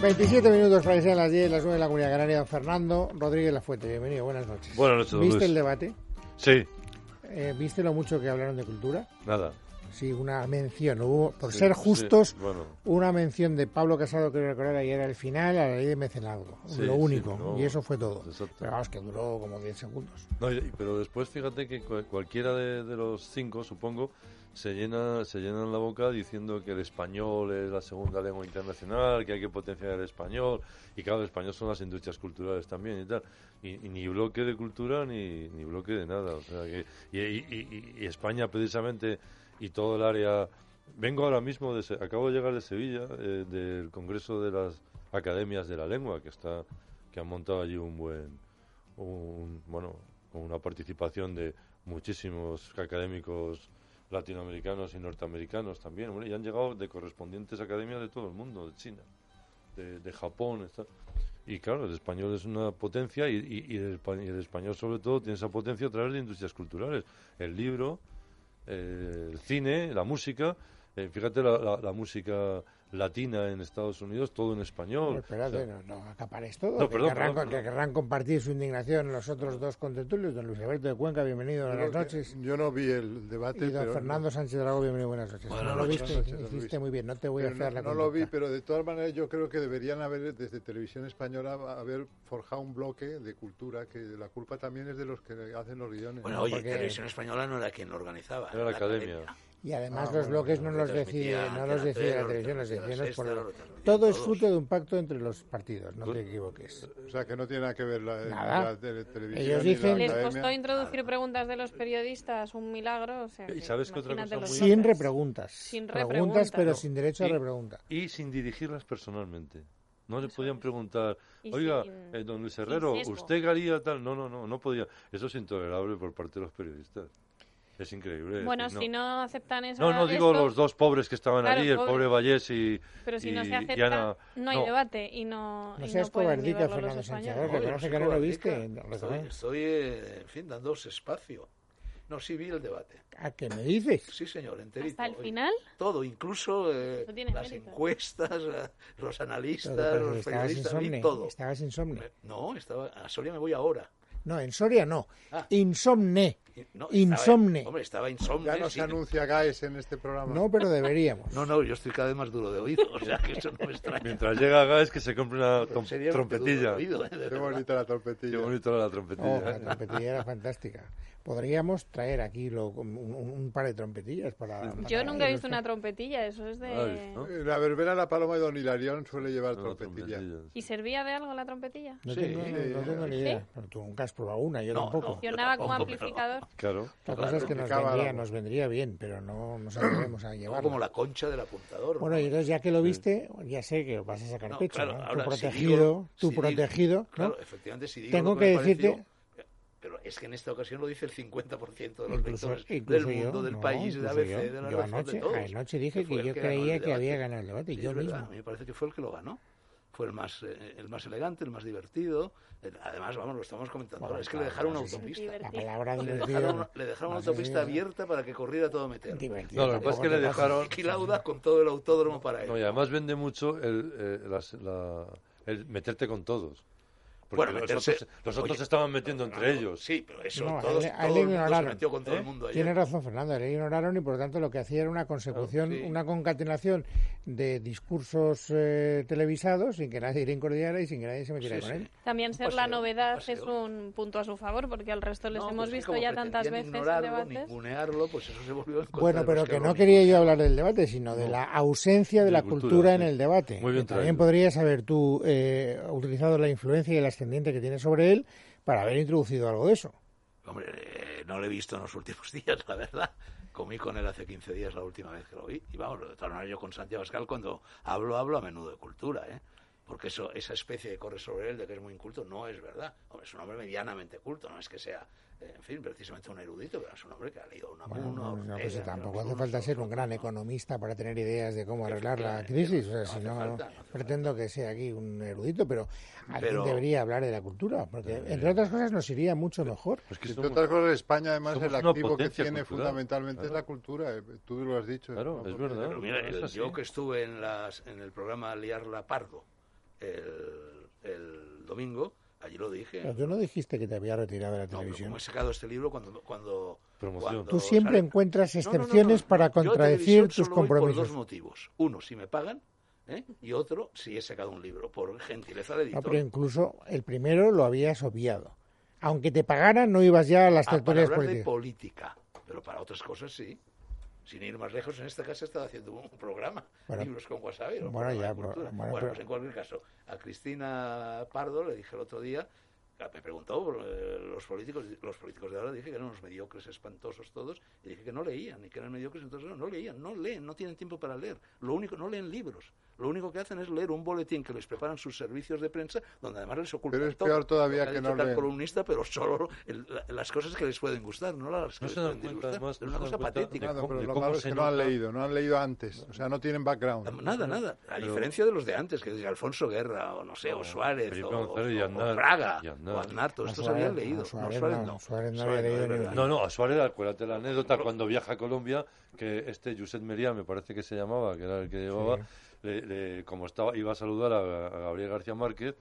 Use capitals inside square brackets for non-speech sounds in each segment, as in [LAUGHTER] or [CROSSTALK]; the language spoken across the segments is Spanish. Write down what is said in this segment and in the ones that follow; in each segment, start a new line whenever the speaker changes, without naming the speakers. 27 minutos para que sean las 10, las 9 de la Comunidad Canaria. Fernando Rodríguez Lafuente, bienvenido, buenas noches.
Buenas noches, don
¿Viste
Luis.
el debate?
Sí,
Eh, ¿Viste lo mucho que hablaron de cultura?
nada.
Sí, una mención. Hubo, por
Sí,
ser
sí,
justos,
bueno.
una mención de Pablo Casado, creo recordar ayer al final, a la ley de mecenazgo.
Sí,
lo
sí,
único.
no.
y eso fue todo.
Exacto.
Pero vamos, que duró como 10 segundos.
No, y- pero después fíjate que cual- cualquiera de, de los cinco, supongo, se llena se llenan la boca diciendo que el español es la segunda lengua internacional, que hay que potenciar el español, y claro, el español son las industrias culturales también y tal. Y, y ni bloque de cultura ni, ni bloque de nada. O sea, que, y, y- y- y España precisamente y todo el área... Vengo ahora mismo, de, Se- acabo de llegar de Sevilla, eh, del Congreso de las Academias de la Lengua, que está que han montado allí un buen un, bueno, con una participación de muchísimos académicos latinoamericanos y norteamericanos también. Bueno, y han llegado de correspondientes academias de todo el mundo, de China, de, de Japón. está- Y claro, el español es una potencia y, y- y el, espa- y el español sobre todo tiene esa potencia a través de industrias culturales. El libro, eh, el cine, la música. eh, fíjate la, la- la música latina en Estados Unidos, todo en español.
Pero espérate,
O sea,
no, no acapares todo.
No,
que,
perdón,
querrán,
perdón,
que querrán compartir su indignación los otros dos contertulios. Don Luis Alberto de Cuenca, bienvenido, buenas
Creo que-
noches.
Yo no vi el debate.
Y don
pero-
Fernando Sánchez Drago, bienvenido, buenas noches.
Buenas
no lo
noches,
viste,
buenas noches, don
hiciste
Luis.
muy bien, no te voy a
pero
hacer la
no, no lo vi,
conducta.
pero de todas maneras yo creo que deberían haber desde Televisión Española haber forjado un bloque de cultura que la culpa también es de los que hacen los guiones.
Bueno, oye,
porque-
Televisión Española no era quien lo organizaba.
Era la academia.
Y además los
Ah, bueno,
bloques no
lo
los
retransmitía
decide, no
Antena
los decide
tres,
la
lo
televisión, los
retransmitía
deciden
Sexta,
por
lo
el...
retransmitían
Todo es
todos.
fruto de un pacto entre los partidos, no te equivoques.
O sea, que no tiene nada que ver la,
Nada.
la tele- televisión
Ellos
ni la
dicen-
Les
academia.
costó introducir preguntas de los periodistas, un milagro. O sea,
¿Y sabes qué otra
imagínate
cosa
los
muy-
Sin
hombres.
repreguntas.
Sin
Preguntas,
repreguntas.
pero sin derecho a
Y-
repregunta.
y sin dirigirlas personalmente. No le podían preguntar,
Y
oiga,
sin-
eh, don Luis
sin
Herrero,
sesgo.
¿usted haría tal? No, no, no, no podía. Eso es intolerable por parte de los periodistas. Es increíble. es
Bueno,
decir,
si no aceptan eso.
no, no digo
esto,
los dos pobres que estaban
Claro,
allí, el
pobre.
pobre Vallés y,
Pero si no
y-
se
y
acepta,
Ana.
no hay debate y no.
No
y
seas
pueden
cobardito,
llevarlo
Fernando
los
Sánchez,
españoles.
¿eh?
Oye,
Reconoce
soy
que no lo
cobardica.
viste, lo
pues Estoy,
reconoce.
estoy, eh, en fin, dándose espacio. No, sí vi el debate.
¿A qué me dices?
Sí, señor, enterito.
Hasta el
Oye,
final,
Todo, incluso eh,
Eso tiene
las
mérito.
encuestas, la- los
Pero
analistas,
que parece que
los
estabas
periodistas, vi
insomne.
todo.
Estabas insomne.
No, estaba, a Soria me voy ahora.
No, en Soria no.
Ah.
Insomne.
Y- no, estaba-
Insomne.
hombre, estaba insomne.
Ya no se
sí.
anuncia GAES en este programa.
No, pero
[LAUGHS]
deberíamos.
No, no, yo estoy cada vez más duro de oído, [LAUGHS] o sea que eso no me extraña.
Mientras llega Gáez que se compre una tom-
Sería duro de
trompetilla.
oído, eh, de
Qué
verdad.
bonita la
Qué
trompetilla.
bonito era la trompetilla. ¿eh?
Oh, la trompetilla era fantástica. Podríamos traer aquí lo- un, un- un par de trompetillas para...
yo
para-
nunca he visto una trompetilla, eso es de.
Ay, ¿no?
La verbena La Paloma y Don Hilarión suele llevar
Una
trompetilla.
trompetilla.
¿Y servía de algo la trompetilla?
No,
Sí,
tengo, no- no
sí.
tengo ni idea. Pero tú nunca has probado una, yo
No,
tampoco.
no. Yo
Funcionaba como
tampoco, pero-
amplificador.
Claro.
La cosa es que nos
Claro,
vendría,
claro.
nos vendría bien, pero no nos atrevemos a
No,
llevarla.
como la concha del apuntador.
Bueno, y
¿no?
entonces ya que lo viste, ya sé que vas a sacar
No,
pecho,
claro,
¿no?
ahora,
tu
si
protegido,
digo-
tu
si digo-
protegido, ¿no?
Claro, efectivamente, si digo
Tengo
lo que,
que
me
decirte-
pareció, pero es que en esta ocasión lo dice el 50% de los
Incluso,
lectores
incluso
del
yo,
mundo, del
no,
país, de la
incluso
ABC,
yo.
de la
Yo
razón, de
anoche,
todos.
anoche dije que,
fue el
yo
ganó el
creía que
debate.
había ganado el debate,
Sí,
yo
es verdad,
mismo.
a mí me parece que fue el que lo ganó. Fue el más, eh, el más elegante, el más divertido. El- además, vamos, lo estamos comentando
Bueno,
ahora. Es que
claro,
le dejaron una
sí, sí.
autopista.
La palabra
[LAUGHS] Le
divertido.
dejaron, una- le dejaron
no
una
sé si
autopista
es-
abierta para que corriera todo meter.
divertido,
No, lo Pues que pasa es
tampoco
que le
te pases.
dejaron,
Y Lauda con todo el autódromo para él.
No, y además vende mucho el, eh, las- la- el meterte con todos. Porque
Bueno,
los,
meterse-
otros, los otros
Oye,
se estaban metiendo entre
no,
ellos.
Sí, pero eso,
No, a él-
todos,
a él
todo
le
el mundo se
ignoraron.
metió con todo el mundo
¿Eh? Tiene
ayer.
razón Fernando, le ignoraron y por tanto lo que hacía era una consecución,
sí.
una concatenación de discursos eh, televisados sin que nadie le incordiara y sin que nadie se metiera
Sí,
con
sí.
él.
También ser
paseo,
la novedad
paseo.
es un punto a su favor, porque al resto les
No, pues
hemos
es que
visto
como
ya tantas
pretendían
veces en
ignorarlo,
debates.
ningunearlo, pues eso se volvió en contra
Bueno,
de
pero
los
que no
lo
quería yo hablar del debate, sino de
No.
la ausencia de
De
la cultura,
cultura,
en
sí.
el debate.
Muy bien
Que También
traído.
podrías haber tú eh, utilizado la influencia y el ascendiente que tienes sobre él para haber introducido algo de eso.
Hombre, eh, no lo he visto en los últimos [LAUGHS] días, la verdad. Comí con él hace 15 días la última vez que lo vi. Y vamos, de todas maneras, yo con Santiago Pascal cuando hablo, hablo a menudo de cultura, ¿eh? Porque eso, esa especie de corre sobre él de que es muy inculto no es verdad. Hombre, es un hombre medianamente culto, no es que sea, eh, en fin, precisamente un erudito, pero es un hombre que ha leído una
Bueno, no, no, pues tampoco hace falta ser un gran economista para tener ideas de cómo arreglar la
Efectivamente,
crisis. O
no
sea, si
hace
no,
falta, no hace
pretendo que sea aquí un erudito, pero alguien
Pero- Eh,
debería hablar de la cultura, porque entre otras cosas nos iría mucho mejor.
Es que
Entre
somos-
otras cosas, España, además,
somos
el
una
activo que
potencia
tiene
cultural.
fundamentalmente es
Claro.
la cultura. eh, Tú lo has dicho.
Claro,
¿no?
es
Porque-
verdad.
Pero mira,
Es así.
yo que estuve en, las, en el programa Liarla Pardo, el, el domingo, allí lo dije.
Pero tú no dijiste que te había retirado de la
No, pero
televisión.
como he sacado este libro cuando... cuando
Promoción.
cuando
Tú siempre
sale-
encuentras
No, no, no, no,
excepciones
no.
para
Yo televisión
contradecir tus
solo voy Por
compromisos.
dos motivos. Uno, si me pagan, ¿eh? y otro, si he sacado un libro, por gentileza de
No,
editor.
pero incluso el primero lo habías obviado. Aunque te pagaran, no ibas ya a las
Ah, para
tertulias
hablar de
políticas.
política, pero para otras cosas sí. Sin ir más lejos, en esta casa estaba haciendo un programa,
Bueno,
libros con Wasabi. era un
bueno,
programa de
ya, pero-
cultura.
bueno,
Bueno,
pero-
pues en cualquier caso, a Cristina Pardo le dije el otro día, ah, me preguntó por eh, los políticos, los políticos de ahora, dije que eran unos mediocres espantosos todos, y dije que no leían, y que eran mediocres, entonces no, no leían, no leen, no tienen tiempo para leer, lo único, no leen libros, lo único que hacen es leer un boletín que les preparan sus servicios de prensa, donde además les ocultan
Pero es
todo.
peor todavía
Lo ha
que
dicho
no
tal
leen.
columnista, pero solo el- la- las cosas que les pueden gustar, no las que
No
les
se dan
pueden
cuenta,
disgustar.
además,
es
no
una
se dan
cosa
cuenta.
patética.
Nada,
¿Cómo-
pero
de
lo
cómo
malo es
se
que no han
nota?
leído, no han leído antes, o sea, no tienen background.
Nada, nada. A
Pero-
diferencia de los de antes, que decía Alfonso Guerra, o no sé, o
No,
Suárez,
Felipe
o,
González y
o- o
Aznar,
Fraga,
y Aznar.
o Aznar, todos
A
estos
Suárez,
habían leído.
a Suárez
no, Suárez
no,
no.
Suárez no había
Suárez es
leído ni
verdad.
uno.
No, no, a Suárez, acuérdate la anécdota, cuando viaja a Colombia, que este Josep Mería, me parece que se llamaba, que era el que llevaba, le- le- como estaba, iba a saludar a, a Gabriel García Márquez,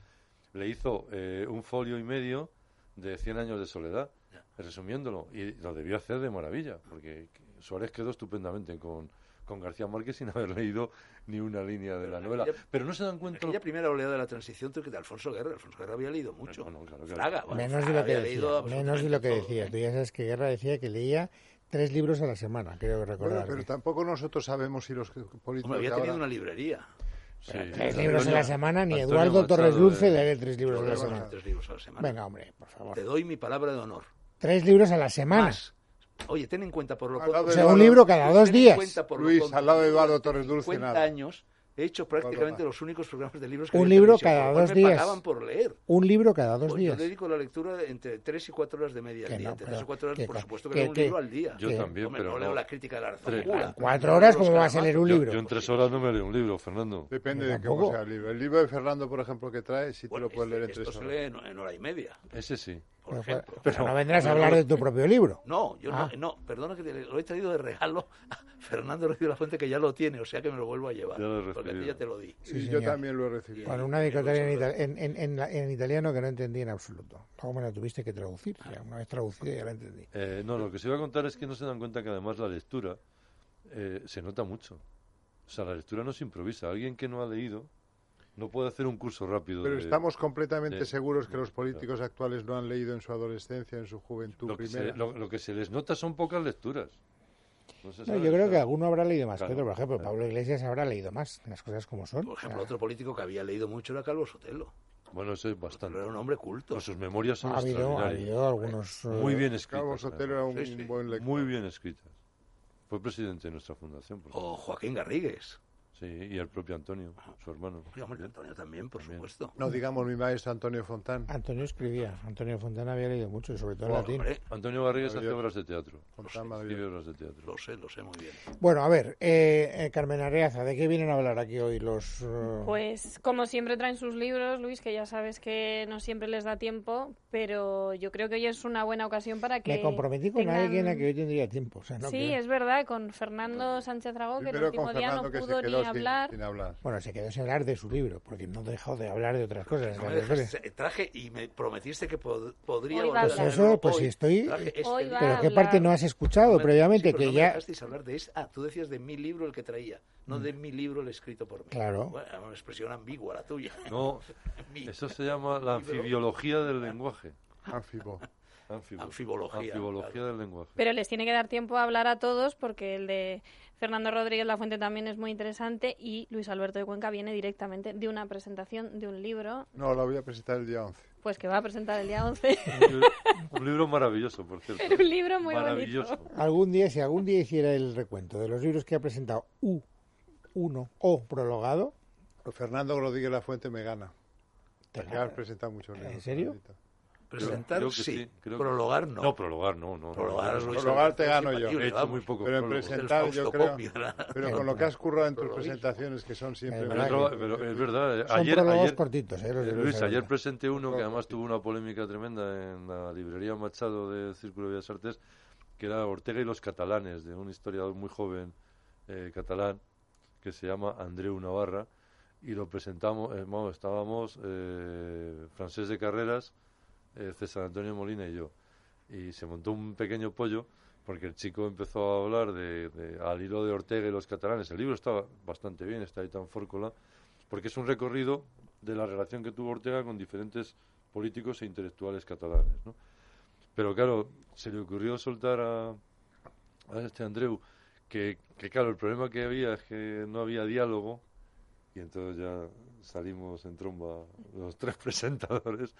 le hizo eh, un folio y medio de 100 años de soledad, resumiéndolo, y lo debió hacer de maravilla, porque Suárez quedó estupendamente con, con García Márquez sin [LAUGHS] haber leído ni una línea de la novela. Pero no se dan cuenta...
Aquella primera oleada de la transición tuve que de Alfonso Guerra. Alfonso Guerra había leído mucho.
No, no, claro, claro.
Fraga, bueno,
Menos de
Fraga
lo que
había leído
decía. Menos de lo que
absolutamente
decía. Tú ya sabes que Guerra decía que leía tres libros a la semana, creo
Bueno,
recordar.
pero tampoco nosotros sabemos si los que-
todo.
políticos
Hombre, había
de ahora-
tenido una librería.
Sí.
Tres libros a
Antonio-
la semana, ni
Antonio
Eduardo
Machado
Torres
de-
Dulce lee tres libros a la
Torres
semana.
Dulce.
Tres libros a la semana.
Venga, hombre, por
Te
favor.
doy mi palabra de honor.
Tres libros a la semana.
Más. Oye, ten en cuenta por lo
Al lado
O
pronto-
de
sea, un
Eduardo-
libro cada dos
Ten en
días.
cuenta, por lo
Luis,
pronto,
al lado de Eduardo Torres Dulce,
50
nada.
años he hecho prácticamente
Pablo
los únicos programas de libros que
Un
había en
libro
televisión,
cada
lo cual
dos
me
días.
pagaban por leer.
Un libro cada dos
Pues
días.
Yo dedico la lectura entre 3 y 4 horas de media
Que
al día.
no,
entre
pero
3 y 4 horas,
que
por
ca-
supuesto que,
que-
leo un
que-
libro al día.
Yo
que-
también,
Hombre,
pero
no leo
no.
la crítica de la
Tres,
Arzobispo.
cuatro
Leo
horas,
los
¿cómo vas a
Caravaggio.
leer un
Yo,
libro?
yo en tres horas no me leo un libro, Fernando.
Depende
Yo
de
tampoco.
cómo sea el libro. El libro de Fernando, por ejemplo, que trae, si
Bueno,
te lo puedes
este-
leer en tres
Esto se
horas.
lee en, en hora y media,
Ese sí.
por
Pero,
ejemplo.
pero no vendrás a hablar de tu propio libro.
No, yo
Ah.
no, no, perdona que te- lo he traído de regalo a Fernando Rocío de la Fuente, que ya lo tiene, o sea que me lo vuelvo a llevar.
Ya lo he
porque a ti
recibido.
ya te lo di.
Sí,
y yo
señor.
también lo he recibido.
Con una dicotomía en, ita- en- en- en la- en italiano que no entendí en absoluto. Luego me la tuviste que traducir. ya, una vez traducida ya la entendí.
Eh, no, lo que se iba a contar es que no se dan cuenta que además la lectura eh, se nota mucho. O sea, la lectura no se improvisa. Alguien que no ha leído no puede hacer un curso rápido.
Pero
de-
estamos completamente
de-
seguros que los políticos actuales no han leído en su adolescencia, en su juventud
lo, que
primera.
se, lo- lo que se les nota son pocas lecturas. No se
No,
sabe,
yo
o
creo
sea,
que alguno habrá leído más que
Claro,
otro. Por ejemplo,
claro.
Pablo Iglesias habrá leído más. Las cosas como son.
Por ejemplo,
Ah,
otro político que había leído mucho era Calvo Sotelo.
Bueno, eso es
Pero era
bastante.
un hombre culto.
Con sus memorias son
ha, habido, ha
extraordinarias.
habido algunos. eh,
Muy bien
Cabo
escritas.
Sotelo era un
Sí, sí.
buen
además.
lector.
Muy bien escritas. Fue presidente de nuestra fundación. por ejemplo.
O Joaquín Garrigues.
Sí, y el propio Antonio, su hermano.
Oye, hombre, Antonio también, por
También.
supuesto.
No digamos mi maestro Antonio Fontán.
eh, Antonio escribía. Antonio Fontana había leído mucho, y sobre todo en
Oh,
latín.
hombre,
Antonio Garrigues
Había-
hace obras de teatro.
Fontán
Escribe
maravilloso.
obras de teatro.
Lo sé, lo sé muy bien.
Bueno, a ver, eh, eh, Carmen Areaza, ¿de qué vienen a hablar aquí hoy los. eh,
Pues como siempre traen sus libros, Luis, que ya sabes que no siempre les da tiempo, pero yo creo que hoy es una buena ocasión para que...
me comprometí con
tengan-
alguien a que hoy tendría tiempo. o sea, no
Sí,
que-
es verdad, con Fernando Sánchez Dragó, que el
Primero
último
con
día no
Fernando que se
pudo ni
quedó sin-
hablar.
sin hablar.
Bueno, se quedó sin hablar de su libro, porque no dejó de hablar de otras cosas.
No
de
me
las historias.
dejaste- traje y me prometiste que pod- podría
Hoy va
volver a
a hablar. Pues
eso,
hacerlo
pues
hoy.
si estoy-
Traje este
Hoy
libro.
va
Pero
a
¿qué
hablar.
parte no has escuchado
Sí,
previamente?
pero
que
no me
ya... Mm.
dejasteis hablar de es- Ah, tú decías de mi libro el que traía, no de mi libro el escrito por mí.
Claro.
Bueno, era una expresión ambigua la tuya. [LAUGHS]
No,
Mi-
eso se llama la anfibiología del lenguaje.
Anfibo.
Anfibo-
Anfibología,
Anfibología
claro.
del lenguaje.
Pero les tiene que dar tiempo a hablar a todos porque el de Fernando Rodríguez La Fuente también es muy interesante y Luis Alberto de Cuenca viene directamente de una presentación de un libro,
No, la voy a presentar el día 11.
pues que va a presentar el día 11.
Un libro- Un libro maravilloso, por cierto.
un libro muy
maravilloso.
bonito.
Algún día, si algún día hiciera el recuento de los libros que ha presentado U, uno o prologado,
Fernando Rodríguez La Fuente me gana.
te
Porque
gana.
has presentado muchos libros.
serio?
Fernandito.
Presentar
creo que
sí,
sí, creo que-
prologar no.
No, prologar no, no. no.
Prologar, Luis
Prologar
Alberto,
te
es
gano yo.
impatible,
He hecho
vamos.
muy poco.
Pero en
prólogo.
presentar,
Del
yo creo.
Fausto
[LAUGHS]
Coppola.
Pero con lo que has currado en tus presentaciones, que son siempre.
Es
Pero es
verdad
lo- pero es verdad. eh,
Son
Ayer,
prólogos
ayer,
cortitos, eh, los de
eh,
Luis
Luis, ayer
Alberto.
presenté uno que además tuvo una polémica tremenda en la librería Machado del Círculo de Bellas Artes, que era Ortega y los catalanes, de un historiador muy joven eh, catalán que se llama Andreu Navarra. y lo presentamos, eh, bueno, estábamos eh, Francés de Carreras, eh, César Antonio Molina y yo. Y se montó un pequeño pollo porque el chico empezó a hablar de, de- al hilo de Ortega y los catalanes. El libro está bastante bien, está ahí tan fórcola, porque es un recorrido de la relación que tuvo Ortega con diferentes políticos e intelectuales catalanes. ¿no? Pero claro, se le ocurrió soltar a, a este Andreu que, que, claro, el problema que había es que no había diálogo y entonces ya salimos en tromba los [LAUGHS] tres presentadores.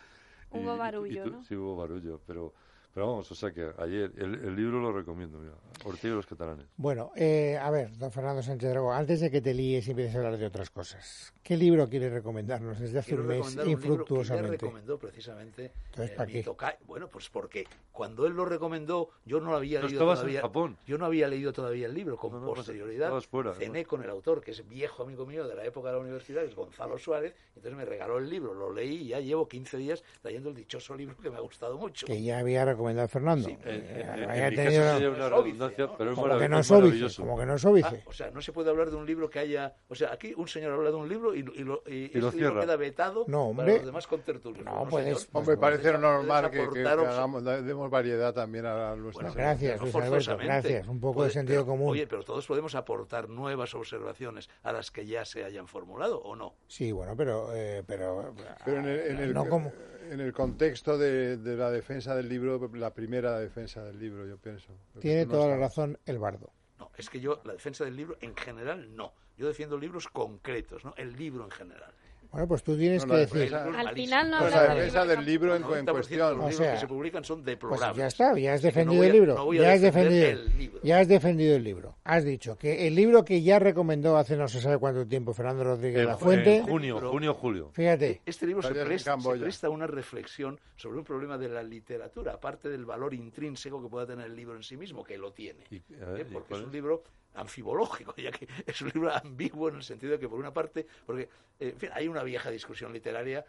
y-
Hubo
y- y
barullo,
tú-
¿no?
Sí, hubo barullo, pero, pero vamos, o sea que ayer, el, el libro lo recomiendo, mira, Ortega y los catalanes.
Bueno, eh, a ver, don Fernando Sánchez Dragó, antes de que te líes y empieces a hablar de otras cosas, ¿qué libro quieres recomendarnos desde hace
Quiero
un mes
recomendar un libro que ya
infructuosamente?
recomendó precisamente
Entonces,
eh,
¿para
mi
qué?
tocayo. Bueno, pues porque cuando él lo recomendó, yo no lo había
No
leído
estabas
todavía.
en Japón.
Yo no había leído todavía el libro. Con
No, no,
posterioridad
estabas fuera,
cené con el autor, que es viejo amigo mío de la época de la universidad, que es Gonzalo Suárez. Entonces me regaló el libro, lo leí y ya llevo 15 días trayendo el dichoso libro que me ha gustado mucho.
Que ya había recomendado Fernando.
Sí,
En,
Eh,
en- en
había
mi
tenido-
caso sería una
Es óbice,
redundancia,
¿no?
pero es,
Como que
marav-
no
es
es óbice,
maravilloso.
como que no es óbice.
Ah, o sea, no se puede hablar de un libro que haya. O sea, aquí un señor habla de un libro y, y lo, y
Y lo
ese libro
cierra.
queda vetado
No, hombre.
para los demás contertulios.
No, puedes-
señor.
Pues
Hombre,
no.
parece
Puedes
normal que, que- que
aportar obs-
hagamos, demos variedad también a nuestra...
Bueno,
serie.
gracias,
no
Luis Alberto,
Pues forzosamente.
gracias. Un poco de
Puede-
sentido
pero,
común.
Oye, pero todos podemos aportar nuevas observaciones a las que ya se hayan formulado, ¿o no?
Sí, bueno, pero... eh, pero, ah,
Pero en el, en el-
no como...
en el contexto de, de la defensa del libro, la primera defensa del libro, yo pienso. Porque
Tiene
tú no
toda la
estás.
razón el bardo.
No, es que yo, la defensa del libro en general, no. Yo defiendo libros concretos, ¿no? El libro en general.
Bueno, pues tú tienes
No,
que
la
decir...
defensa-
El-
Al
Malísimo.
final no
Pues
hablaba
la
del
defensa
libro
del libro en, en
90% de
cuestión.
los
O
libros
sea,
que se publican son
Pues
deplorables.
ya está, ya has
Que no
defendido
voy a-
el libro.
no voy a
ya, has
defender
defendido,
el libro.
ya has defendido el libro. Has dicho que el libro que ya recomendó hace no se sabe cuánto tiempo Fernando Rodríguez de
En,
la
en
Fuente.
junio,
Pero-
junio, julio.
Fíjate,
Este libro se
Tareas en
presta, se
Camboya.
presta a una reflexión sobre un problema de la literatura, aparte del valor intrínseco que pueda tener el libro en sí mismo, que lo tiene.
Y- a ver,
¿eh?
¿y
Porque
cuál
es un
es?
libro anfibológico, [LAUGHS] ya que es un libro ambiguo en el sentido de que, por una parte, porque eh, en fin, hay una vieja discusión literaria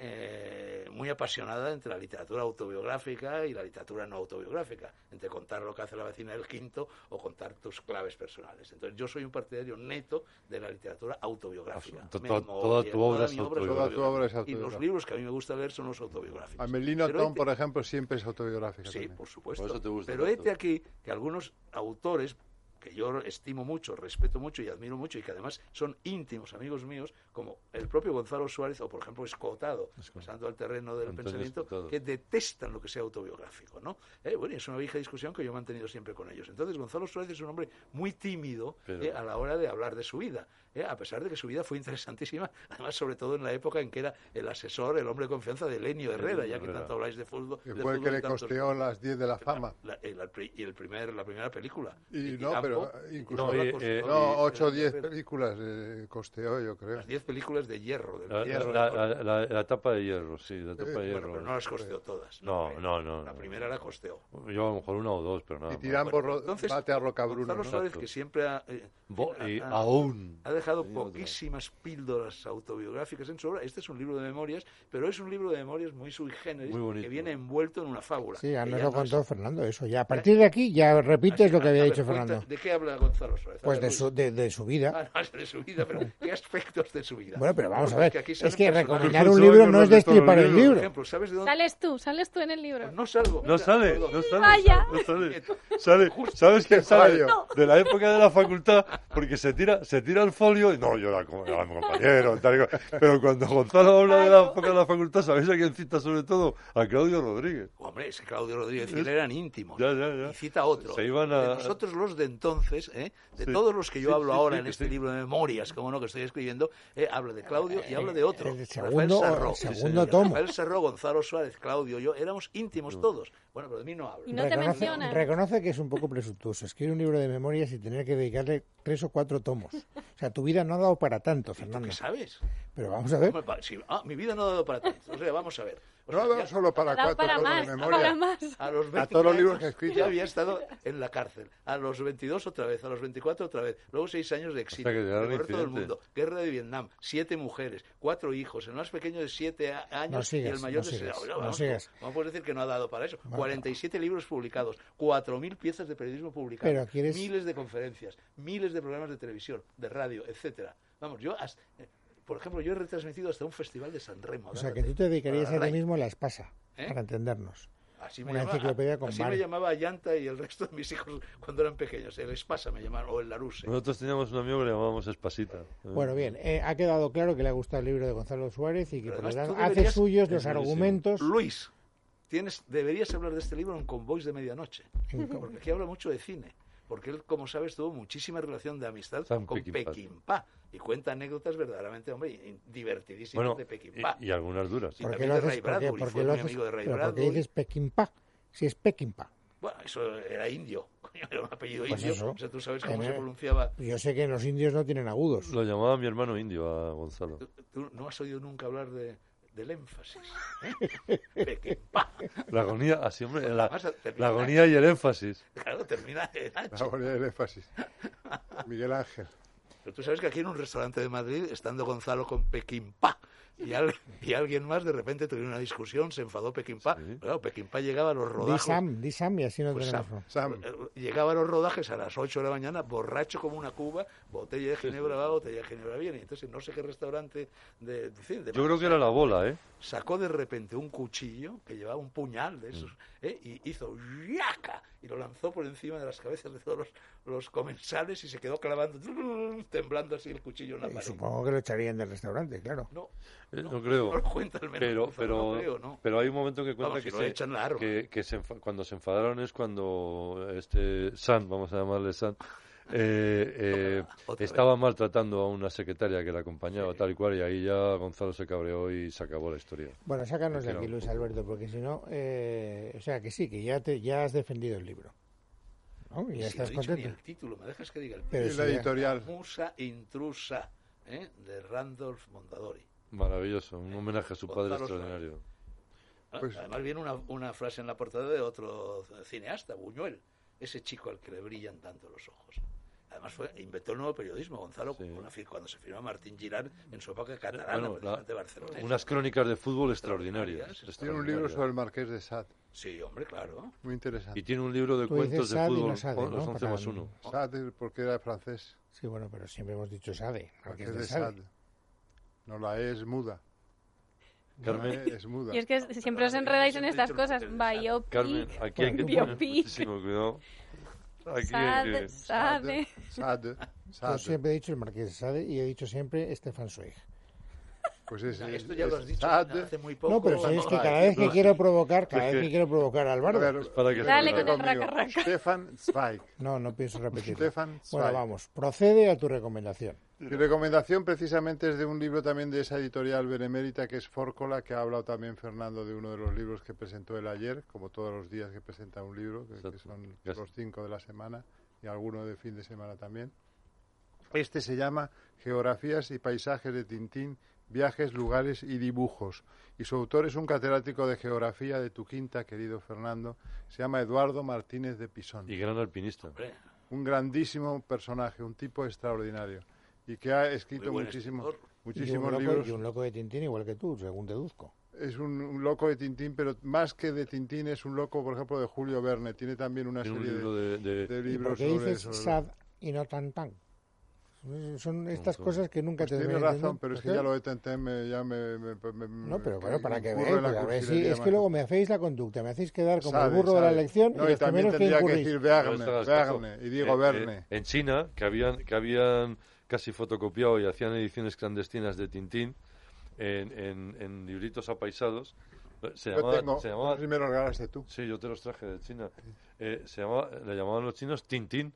eh, eh, muy apasionada entre la literatura autobiográfica y la literatura no autobiográfica, entre contar lo que hace la vecina del quinto o contar tus claves personales. Entonces, yo soy un partidario neto de la literatura autobiográfica.
Absoluto. Toda- toda tu obra es
mi
Toda tu obra es
y los
autobiográfica.
libros que a mí me gusta leer son los autobiográficos.
A Melino
Pero
Tom,
este-
por ejemplo, siempre es autobiográfica.
Sí,
también.
por supuesto.
Por eso te gusta
Pero
tanto.
este aquí que algunos autores que yo estimo mucho, respeto mucho y admiro mucho y que además son íntimos amigos míos, como el propio Gonzalo Suárez o por ejemplo Escotado, pasando al terreno del
Antonio
pensamiento,
Escotado.
que detestan lo que sea autobiográfico, ¿no? Eh, bueno, y es una vieja discusión que yo he mantenido siempre con ellos. Entonces Gonzalo Suárez es un hombre muy tímido
Pero-
eh, a la hora de hablar de su vida, eh, a pesar de que su vida fue interesantísima, [LAUGHS] además sobre todo en la época en que era el asesor, el hombre de confianza de Lenio Herrera, ya que
Herrera.
tanto habláis de fútbol.
Que
de
fue el que
fútbol y
le
tantos-
costeó las 10 de la fama.
la, el, el pri- y el primer, la primera película.
Y
Y
no, pero
Campo,
incluso...
No,
No,
y- eh,
y-
8 o 10
las
películas eh, costeó, yo creo.
Las 10 películas de hierro. del
La, la,
hierro
la- la- la tapa de hierro, sí, la tapa de
bueno,
hierro.
pero no las costeó todas.
No, no, no,
La
no.
primera la costeó.
Yo a lo mejor una o dos, pero nada.
Y
más.
tiran
Bueno,
por
entonces,
bate a Rocabruno.
Gonzalo
¿no?
Suárez,
Exacto.
que siempre ha, eh,
Bo-
ha-
y
ha-
aún.
ha dejado
Tenía otra.
poquísimas píldoras autobiográficas en su obra. Este es un libro de memorias, pero es un libro de memorias muy sui generis,
Muy bonito.
que viene envuelto en una fábula.
sí, ya
que
nos
ya
lo
no Eh, es-
contó Fernando, eso ya. A partir de aquí ya repites lo que
A
había
ver,
dicho
cuenta-
Fernando.
¿De qué habla Gonzalo Suárez? A
Pues
ver,
de
Luis.
su, de, de su vida.
Ah, no, es de su vida, pero ¿qué aspectos de su vida?
Bueno, pero vamos a
Porque
ver.
aquí
Es
salen
que
personajes-
recomendar un
Yo
libro
no
no
he
es
visto
destripar
los
el
libros.
Por
libro.
ejemplo, ¿sabes de dónde?
[LAUGHS] Sales tú, sales tú en el libro.
Pues no salgo.
No
Mira,
sale,
perdón.
no sale.
Vaya.
No
[LAUGHS]
sale. Sale- ¿Sabes quién sale? De la época de la facultad, porque se tira, se tira el folio y no, yo era como era mi compañero, [LAUGHS] tal y cual. Pero cuando Gonzalo habla de la época de la facultad, ¿sabéis a quién cita sobre todo? A Claudio Rodríguez.
Hombre, ese Claudio Rodríguez y él eran íntimos.
Ya, ya, ya.
Y cita otro.
Se iban a-
De nosotros los de entonces, ¿eh? de
Sí.
todos los que yo
Sí,
hablo
sí,
ahora
sí,
en
que
este
sí.
libro de memorias, como no, que estoy escribiendo, ¿eh? habla de Claudio y habla de otro.
Eh, El
Rafael
segundo,
Sarro.
el segundo
Y
tomo.
Rafael Sarro, Gonzalo Suárez, Claudio, yo, éramos íntimos todos. Bueno, pero de mí no
Y
hablo.
no te
Reconoce,
mencionan.
reconoce que es un poco presuntuoso escribir un libro de memorias y tener que dedicarle tres o cuatro tomos. O sea, tu vida no ha dado para tanto,
¿Tú
Fernando.
qué sabes?
Pero vamos a ver.
Hombre, pa- sí, ah, mi vida no ha dado para tanto. O sea, vamos a ver. O
No,
sea,
no,
ya-
solo para
Da
cuatro
para
tomos
más,
de
da
memoria.
para más.
A, los 20
todos los libros
años
que he escrito.
Ya había estado en la cárcel. A los 22 otra vez, a los 24 otra vez. Luego seis años de exilio.
O sea, que llegaron
recorrer todo el
incidentes.
mundo. Guerra de Vietnam. Siete mujeres. Cuatro hijos. El más pequeño de siete a- años.
No sigas,
y el mayor
no
de
sigas,
siete.
no
vamos,
sigas.
vamos, puedes decir que no ha dado para eso.
Bueno.
47 libros publicados. 4.000 piezas de periodismo publicadas.
Pero quieres-
Miles de conferencias. Miles de programas de televisión, de radio, etcétera. Vamos, yo... hasta- Por ejemplo, yo he retransmitido hasta un festival de San Remo.
O sea,
dárate.
que tú te dedicarías a
Para
ti
Ray.
mismo la espasa,
¿Eh?
para entendernos.
Así me,
una
llamaba,
enciclopedia con
así me
Bari.
llamaba Llanta y el resto de mis hijos cuando eran pequeños. El Espasa me llamaron, o el Laruse.
Nosotros teníamos un amigo que le llamábamos Espasita.
Mm.
Bueno, bien, eh, ha quedado claro que le ha gustado el libro de Gonzalo Suárez y que
Pero
por lo
además
tanto
tú
hace
deberías-
suyos
Es
los
buenísimo.
argumentos.
Luis, tienes, deberías hablar de este libro en Convoys de Medianoche. Porque aquí habla mucho de cine. Porque él, como sabes, tuvo muchísima relación de amistad
San
con
Peckinpah.
Peckinpah. Y cuenta anécdotas verdaderamente, hombre, y- divertidísimas
Bueno,
de Peckinpah.
y, y algunas duras.
Sí.
¿Por qué
también
lo
de
haces?
Ray
¿Por qué-
Bradbury,
por qué
fue
lo
muy
haces?
amigo de Ray
Pero ¿por qué
Bradbury.
dices Pekinpa? Si es Pekinpa.
Bueno, eso era indio. [LAUGHS] coño, Era un apellido
Pues
indio.
eso.
O sea, tú sabes cómo
Tener-
se pronunciaba.
Yo sé que los indios no tienen agudos.
Pues Lo llamaba mi hermano indio a
[LAUGHS]
Gonzalo.
Tú, tú no has oído nunca hablar de, del énfasis.
[LAUGHS]
¿eh? Peckinpah.
La agonía, así, hombre, la,
Vas a terminar.
la agonía y el énfasis.
Claro, termina en H.
La agonía del énfasis. Miguel Ángel.
Pero tú sabes que aquí en un restaurante de Madrid, estando Gonzalo con Pequimpa y, al- [LAUGHS] y alguien más, de repente tuvieron una discusión, se enfadó Pequimpa.
Sí.
Claro, Pequimpa llegaba a los
Di
rodajes.
Sam, di Sam y así no
Pues
tenemos.
Sam.
Sam.
eh, Llegaba a los rodajes a las 8 de la mañana, borracho como una cuba, botella de ginebra va, botella de ginebra viene. Entonces, no sé qué restaurante de. de- de-
Yo creo que era la bola, ¿eh?
Sacó de repente un cuchillo que llevaba un puñal de
Mm.
esos ¿eh? y hizo ¡yaca! y lo lanzó por encima de las cabezas de todos los, los comensales y se quedó clavando, temblando así el cuchillo en la
Y
pared.
Eh, supongo que lo echarían del restaurante, claro.
No,
Eh,
no,
no creo.
No lo cuenta el menú,
Pero,
por favor,
pero,
no creo, ¿no?
pero hay un momento que cuenta
Vamos,
que,
si lo
se-
echan la arma.
que, que se enfa- cuando se enfadaron es cuando este San, vamos a llamarle San, eh, eh,
[LAUGHS] Otra vez.
estaba maltratando a una secretaria que la acompañaba, tal y cual, y ahí ya Gonzalo se cabreó y se acabó la historia.
Bueno, sácanos de
Pero-
aquí, Luis Alberto, porque si no, eh, o sea, que sí, que ya te, ya has defendido el libro, ¿no? Y ya
Si
estás
no he dicho ni
contento.
el título, me dejas que diga el
Pero
Y la
sí,
editorial.
Musa Intrusa ¿eh? de Randolph Mondadori.
Maravilloso, un homenaje a su padre
Gonzalo Suárez.
extraordinario.
Ah,
Pues-
Además viene una, una frase en la portada de otro cineasta, Buñuel, ese chico al que le brillan tanto los ojos. Además fue, inventó el nuevo periodismo, Gonzalo,
Sí.
con la fi- cuando se firmó a Martín Girard en su época catalana,
Bueno,
precisamente
la-
Barcelona.
unas crónicas de fútbol extraordinarias.
Tiene un
Tiene un
extraordinarias.
libro sobre el Marqués de Sade.
Sí, hombre, claro.
Y
Muy interesante.
tiene un libro de
Tú
cuentos
dices
de
Sade y
fútbol,
no Sade,
con los
¿no?
11 más
Para-
1.
Sade, porque era francés.
Sí, bueno, pero siempre hemos dicho Sade, porque
Marqués
es de
de
Sade.
Sade. No, la E es muda.
Carmen,
La E es muda.
Y es que siempre os enredáis en estas cosas. Biopic,
Carmen, aquí hay que
Bueno.
tener
Biopic.
muchísimo cuidado. Aquí hay
Sade,
que... [LAUGHS]
Sade.
Sade.
Yo
Sade.
siempre he dicho el Marqués de Sade y he dicho siempre Stefan Zweig.
Pues es,
Esto
es-
ya lo
es
has dicho
Sade.
hace muy poco.
No, pero sabéis que
Ay,
cada vez que
no,
quiero provocar, cada
Es
vez que
que-
quiero provocar a
A
Alvaro.
ver,
para que-
Dale
repite
con el
conmigo.
raca-raca.
Stefan Zweig.
No, no pienso repetirlo.
Stefan Zweig.
Bueno, vamos, procede a tu recomendación.
Mi recomendación precisamente es de un libro también de esa editorial benemérita que es Fórcola, que ha hablado también Fernando de uno de los libros que presentó él ayer, como todos los días que presenta un libro, que, que
Exacto.
son
Gracias.
los cinco de la semana y alguno de fin de semana también. Este se llama Geografías y Paisajes de Tintín, Viajes, Lugares y Dibujos. Y su autor es un catedrático de geografía de tu quinta, querido Fernando. Se llama Eduardo Martínez de Pisón
Y gran alpinista.
hombre,
un grandísimo personaje, un tipo extraordinario y que ha escrito
Muy buen
muchísimos,
escritor.
Y un,
muchísimos
loco,
libros.
y un loco de Tintín igual que tú, según deduzco.
Es un, un loco de Tintín, pero más que de Tintín es un loco, por ejemplo, de Julio Verne. Tiene también una
Tiene un
serie
libro
de,
de, de-
de
¿Y
libros
por qué
sobre,
dices
sobre-
Sad y no tan tan? Son- Son estas
son-
cosas que nunca
Pues
te
tiene
deberían
razón,
entender.
pero es que
¿Por
ya
qué?
lo detente, me, ya me, me- me- me-
No, pero bueno, para que
incurro
veáis,
en la
pues, a ver, sí,
cursilería
es que
más.
luego me hacéis la conducta, me hacéis quedar como el
Sabe,
burro de
sabe.
la elección
No,
y
y,
los
también
primeros que
tendría que,
incurrís.
decir
No les
Verne,
hagas
Verne y Diego
Eh,
Verne.
eh, en China, que habían, que habían casi fotocopiado y hacían ediciones clandestinas de Tintín en, en, en libritos apaisados. eh, Se
Yo
llamaba,
tengo
se llamaba-
los primeros ganaste tú.
sí, yo te los traje de China. Eh, se llamaba, le llamaban los chinos Tintín,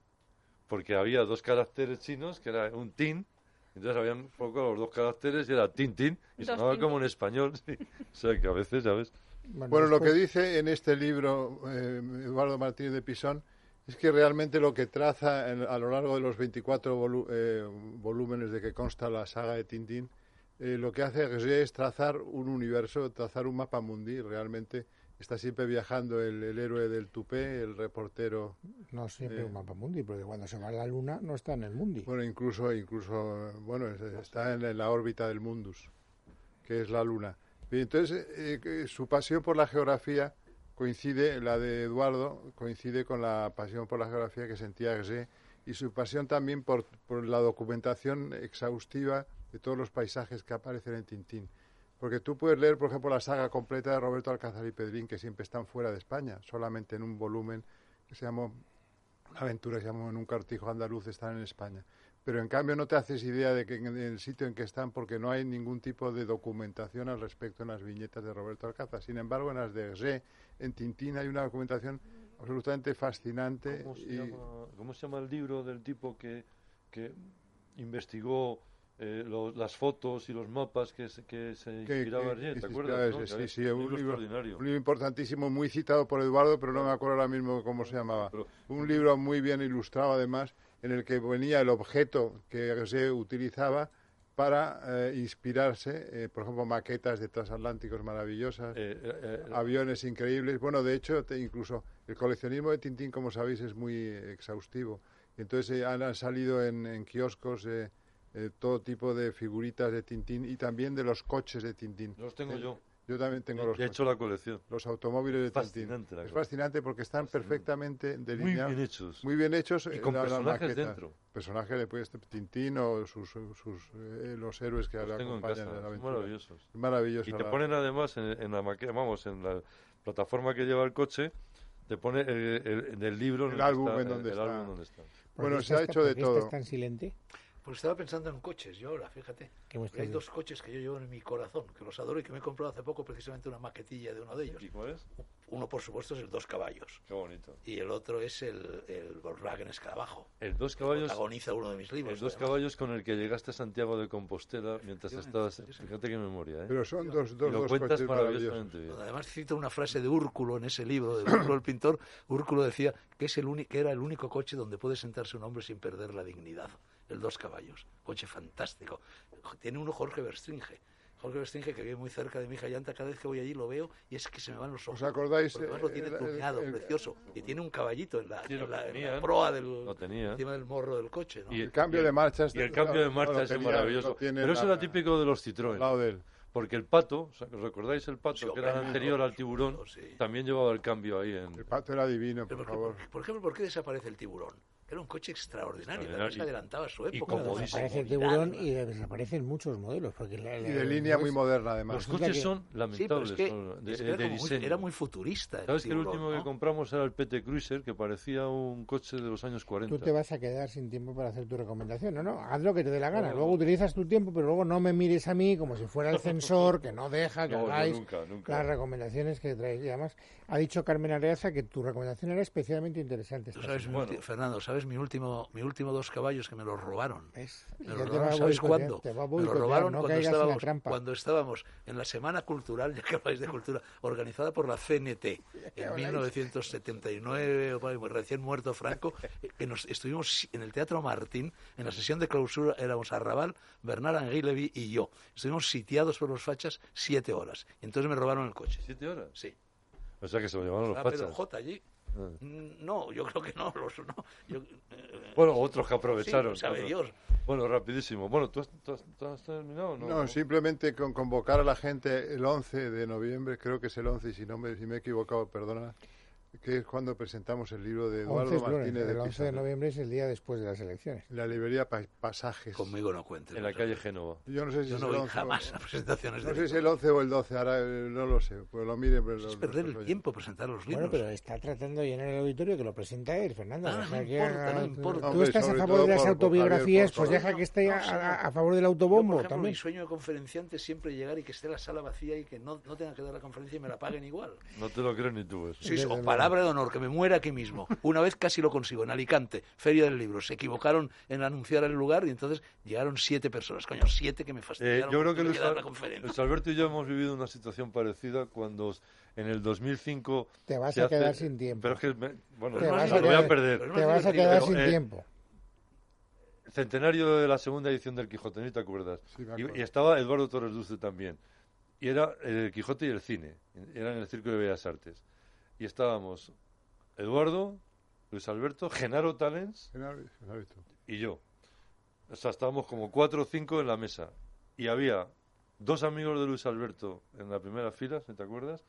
porque había dos caracteres chinos, que era un tin, entonces habían un poco los dos caracteres y era Tintín, y
Dos
sonaba
Tintín.
como en español. sí. O sea, que a veces, ¿sabes?
Bueno, lo que
después-
dice en este libro eh, Eduardo Martínez de Pisón es que realmente lo que traza en- a lo largo de los 24 volu- eh, volúmenes de que consta la saga de Tintín, eh, lo que hace Hergé es trazar un universo, trazar un mapa mundi. Realmente está siempre viajando el, el héroe del tupé, el reportero,
No siempre
Eh.
un mapa mundi, porque cuando se va a la luna no está en el mundi.
bueno, incluso, incluso eh, bueno, es- está en la órbita del mundus, que es la luna. Y entonces, eh, que su pasión por la geografía coincide, la de Eduardo, coincide con la pasión por la geografía que sentía Hergé y su pasión también por, por la documentación exhaustiva de todos los paisajes que aparecen en Tintín. Porque tú puedes leer, por ejemplo, la saga completa de Roberto Alcázar y Pedrín, que siempre están fuera de España, solamente en un volumen que se llama, una aventura que se llama En un cartijo andaluz, están en España. Pero en cambio no te haces idea de que en el sitio en que están, porque no hay ningún tipo de documentación al respecto en las viñetas de Roberto Alcázar. Sin embargo, en las de Hergé, en Tintín, hay una documentación absolutamente fascinante.
¿Cómo se,
y-
llama, cómo se llama el libro del tipo que, que investigó eh, lo- las fotos y los mapas que se, que se
que-
inspiraba
que-
Hergé?
que
¿Te
se
acuerdas?
inspiraba
no?
ese,
Que
sí, sí,
había-
un
libro
libro,
extraordinario.
un libro importantísimo, muy citado por Eduardo, pero no me acuerdo ahora mismo cómo se llamaba.
Pero-
Un libro muy bien ilustrado, además, en el que venía el objeto que se utilizaba para eh, inspirarse, eh, por ejemplo, maquetas de transatlánticos maravillosas,
Eh, eh, eh,
aviones increíbles. Bueno, de hecho, te- incluso el coleccionismo de Tintín, como sabéis, es muy eh, exhaustivo. Y Entonces eh, han, han salido en, en kioscos eh, eh, todo tipo de figuritas de Tintín y también de los coches de Tintín.
los tengo yo.
Yo también eh, tengo los
He hecho la colección.
los automóviles de
Fascinante
Tintín.
la
Es
cosa.
fascinante porque están perfectamente
Muy
delineados,
bien hechos.
muy bien hechos
Y
eh,
con
la- la
personajes
maqueta.
dentro.
Personajes de pues, Tintín o sus, sus, eh, los héroes que le
los tengo en
acompañan en
casa.
la
Son
aventura.
maravillosos.
Es maravilloso.
Y te
la-
ponen además en, en la maqueta, vamos, en la plataforma que lleva el coche, te pone el, el- en el libro, en
El
que
álbum en donde
el
está.
álbum donde está.
¿Por
Bueno,
qué
se ha
estás-
hecho de
por qué estás
todo.
tan silente?
Pues estaba pensando en coches, yo ahora, fíjate.
¿Qué hemos
Porque Hay
traído?
dos coches que yo llevo en mi corazón, que los adoro y que me he comprado hace poco precisamente una maquetilla de uno de ellos.
¿Y cuál es?
Uno, por supuesto, es el Dos Caballos
Qué bonito.
y el otro es el, el Volkswagen Escarabajo.
El dos caballos,
Protagoniza uno de mis libros.
el dos
además.
caballos con el que llegaste a Santiago de Compostela mientras estabas. Fíjate qué memoria, ¿eh?
Pero son dos,
Y
dos,
lo
dos
cuentas
coches maravillosos.
maravillosamente bien.
Además cito una frase de Úrculo en ese libro, de Úrculo el pintor. Úrculo decía que, es el único, que era el único coche donde puede sentarse un hombre sin perder la dignidad. El Dos Caballos, coche fantástico. Tiene uno Jorge Berstringe. Jorge Berstringe que vive muy cerca de mi hija Llanta, cada vez que voy allí lo veo y es que se me van los ojos.
¿Os acordáis?
Porque además lo tiene
el- el-
tuneado,
el-
precioso. Y tiene un caballito en la,
Sí, lo
en la- en la
tenía, ¿no?
proa del,
Lo tenía.
encima del morro del coche. ¿no?
Y-
El cambio de marchas.
Y el cambio de
no, no
marcha
lo
es
tenía,
maravilloso.
no tiene
Pero eso
nada
era típico de los Citroën.
Al lado de él.
Porque el pato, o sea, ¿os ¿recordáis el pato
Sí,
que era el
hombre,
anterior
claro,
al tiburón?
sí.
También llevaba el cambio ahí en...
El pato era divino,
Pero
por
por,
favor.
qué- por ejemplo, ¿por qué desaparece el tiburón? Era un coche extraordinario,
Extraordinario.
además adelantaba a su
Y
época.
como
Bueno,
Además,
dice-
desaparece el
comodidad,
tiburón y desaparecen muchos modelos. Porque la-
Y
la-
de línea muy
pues,
moderna,
Los
además.
Resulta
coches
que-
son
Sí, pero
lamentables.
es que,
son de,
es que
de
era, como
diseño.
muy, era muy futurista. el
¿Sabes que el
tiburón,
último que
¿no?
compramos era el PT Cruiser, que parecía un coche de los años 40?
Tú te vas a quedar sin tiempo para hacer tu recomendación. No, no, haz lo que te dé la gana.
No, no.
luego utilizas tu tiempo, pero luego no me mires a mí como si fuera el censor, que no deja que
No, yo
hagáis
nunca, nunca.
las recomendaciones que traes. Y además, ha dicho Carmen Areaza que tu recomendación era especialmente interesante.
Tú
esta
sabes, mi
Bueno.
ulti- Fernando, ¿sabes mi último, mi último dos caballos que me los robaron?
¿Ves? Y
Me
ya
los
te
robaron,
va a
¿sabes
boicotear,
cuándo?
te va a
me los
boicotear,
robaron
no
cuando,
caigas en la
estábamos,
trampa.
cuando estábamos en la Semana Cultural, ya que habláis de cultura, organizada por la CNT
[LAUGHS]
en 1979, o por ahí, recién muerto Franco, eh, que nos estuvimos en el Teatro Martín, en la sesión de clausura éramos Arrabal, Bernard Anguilevi y yo. Estuvimos sitiados por los fachas siete horas. Y entonces me robaron el coche.
¿Siete horas?
Sí.
O sea que se lo llevaron los
¿Está
fachas.
Pedro J allí?
Ah.
Mm, No, yo creo que no, los no. Yo, eh,
Bueno, otros que aprovecharon.
Sí, sabe
otros.
Dios.
Bueno, rapidísimo. Bueno, ¿tú has, tú has- tú has terminado? o No,
No, simplemente con convocar a la gente el 11 de noviembre, creo que es el 11, y si, no me, si me he equivocado, perdona, que es cuando presentamos el libro
11
de Eduardo
es lunes,
Martínez
el
de
11 de
Pizarro,
noviembre es el día después de las elecciones.
en la librería Pa- Pasajes.
Conmigo no cuentes.
En la
no sé.
calle Génova.
Yo no sé si
Yo
es
no
el
voy
11 o-
jamás a presentaciones
No
de
sé si
libros.
el 11 o el 12, ahora eh, no lo sé, pues lo miren. pero
Es
los- los
perder el
oyentes.
tiempo presentar los libros.
Bueno, pero está tratando de llenar el auditorio que lo presenta él, Fernando.
pues. Ah, no
Deja que
importa,
haga-
no importa.
Tú
Hombre,
estás a
sobre
favor
todo
de las
por- por
autobiografías,
Javier, por
pues deja
favor.
que esté
No,
a,
señor.
a- a favor del
Yo, por
autobombo
ejemplo,
también.
mi sueño de conferenciante es siempre llegar y que esté la sala vacía y que no, no tenga que dar la conferencia y me la paguen igual.
No te lo crees ni tú eso.
Sí, sí, o
luego.
palabra de honor, que me muera aquí mismo. Una vez casi lo consigo, en Alicante, Feria del Libro. Se equivocaron en anunciar el lugar y entonces llegaron siete personas. Coño, siete que me
Eh,
fastidiaron.
yo creo que
porque
Luis,
tuve dar
Al-
la conferencia.
Luis Pues Alberto y yo hemos vivido una situación parecida cuando os- en el 2005...
Te vas
se
a
hace-
quedar sin tiempo.
Pero es que, me- bueno,
Te
no,
vas
no,
a
lo voy a
quedar-
perder.
Pero
Te
no
vas
es
a
divertido,
quedar
pero,
sin
eh,
tiempo.
centenario de la segunda edición del Quijote, ¿no te acuerdas?
Sí, me
Y-
acuerdo.
y, estaba Eduardo Torres Duce también. Y era el Quijote y el cine. Era en el Circo de Bellas Artes. Y estábamos Eduardo, Luis Alberto, Genaro Talens
¿Quién ha- quién ha visto?
y yo. O sea, estábamos como cuatro o cinco en la mesa. Y había dos amigos de Luis Alberto en la primera fila, si te acuerdas,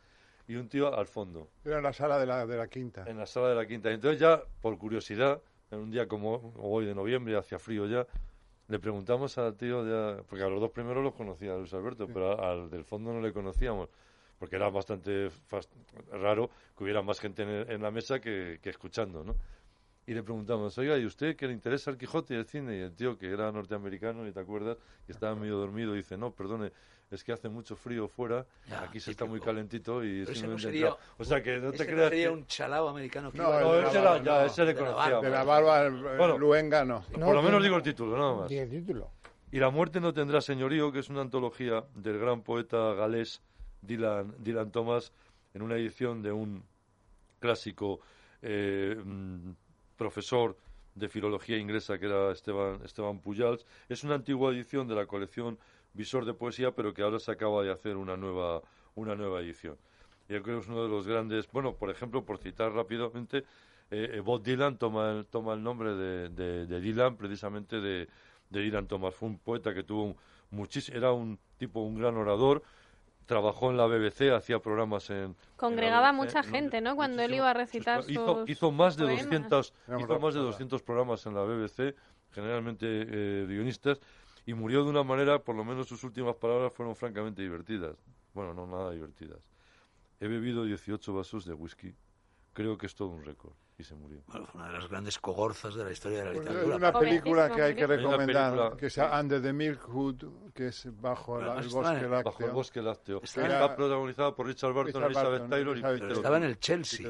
y un tío al fondo
Era en la sala de la, de la quinta.
en la sala de la quinta. Entonces ya, por curiosidad, en un día como hoy de noviembre, hacía frío ya, Le preguntamos al tío, de- porque a los dos primeros los conocía Luis Alberto, pero a- al del fondo no le conocíamos, porque era bastante fas- raro que hubiera más gente en, el- en la mesa que, que escuchando, ¿no? Y le preguntamos, oiga, ¿y usted qué le interesa el Quijote y el cine? Y el tío, que era norteamericano, y te acuerdas, que estaba medio dormido, dice, no, perdone, es que hace mucho frío fuera,
Ya,
aquí se está muy
típico.
calentito y
Pero ese no
simplemente
sería-
entra". O sea, que no
Ese
te
no
creas
sería
que-
un chalao americano que
No,
iba a-
No,
de la
ese era- ya,
barba, no,
ese le
de la
conocía.
barba.
De la barba, el, el
Bueno.
luenga no.
No,
Por lo menos
tiene-
digo el título, nada más.
Tiene título.
Y La muerte no tendrá señorío, que es una antología del gran poeta galés Dylan, Dylan Thomas, en una edición de un clásico eh, mm, profesor de filología inglesa que era Esteban, Esteban Pujals. Es una antigua edición de la colección Visor de Poesía, pero que ahora se acaba de hacer una nueva, una nueva edición. Yo creo que es uno de los grandes, bueno, por ejemplo, por citar rápidamente, eh, eh, Bob Dylan toma el, toma el nombre de, de- de Dylan, precisamente de, de Dylan Thomas. Fue un poeta que tuvo muchísimo, era un tipo, un gran orador, trabajó en la BBC, hacía programas en... en la
Congregaba
BBC,
mucha gente, ¿no? Cuando él iba a recitar
Sus- hizo,
sus
hizo más de
poemas.
200,
Era un
hizo más de
rockstar.
200 programas en la BBC, generalmente eh, guionistas, y murió de una manera, por lo menos sus últimas palabras fueron francamente divertidas. Bueno, no nada divertidas. He bebido 18 vasos de whisky. Creo que es todo un récord. Y se murió.
Bueno, fue una de las grandes cogorzas de la historia de la
Pues hay
literatura.
una película que hay que
Hay una
recomendar,
película,
que es Under the Milkwood, que es bajo la- el
Bueno,
bosque
está-
Bajo el
lácteo.
bosque lácteo.
Está-
Está,
Era-
protagonizada por Richard Burton,
Richard
Elizabeth
Burton,
Taylor y
Elizabeth
Peter
Pero
O'Toole.
Taylor.
estaba en el Chelsea.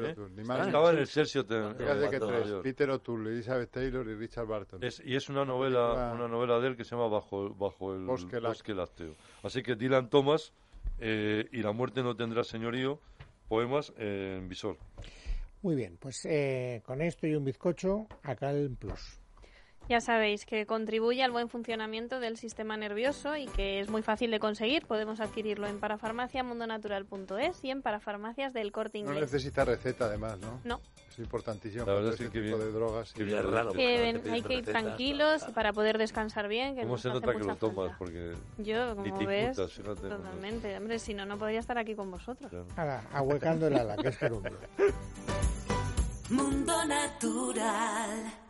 Peter
¿eh?
O'Toole, ni
Estaba
más
en
ni
el
Estaba en el
Chelsea.
Chelsea Hotel, en
Fíjate que
Nueva
tres,
York.
Peter O'Toole, Elizabeth Taylor y Richard Burton.
Es- y es una novela,
película-
una novela de él que se llama Bajo, bajo el
Bosque
Bosque,
Lácteo.
Lácteo. Así que Dylan Thomas eh, y La muerte no tendrá señorío, poemas eh, en visor.
Muy bien, pues eh, con esto y un bizcocho, acá el plus.
Ya sabéis que contribuye al buen funcionamiento del sistema nervioso y que es muy fácil de conseguir. Podemos adquirirlo en parafarmaciamundonatural.es y en parafarmacias del corte
No
inglés.
necesita receta, además, ¿no?
No,
Es importantísimo.
La verdad
para
es
todo
que
ese tipo
bien.
de drogas.
Qué
y-
bien.
Es raro. porque
que
no te piden
hay que ir
recetas,
tranquilos
nada.
para poder descansar bien. Que
¿Cómo
nos
se
hace
nota que
mucha
lo tomas?
falta.
Porque
Yo,
ni
como
te
ves,
incultas, fíjate. ¿no?
totalmente. Hombre, si no, no podría estar aquí con vosotros.
Claro.
Ahora, ahuecando el ala, que es perumbro.
Mundo Natural.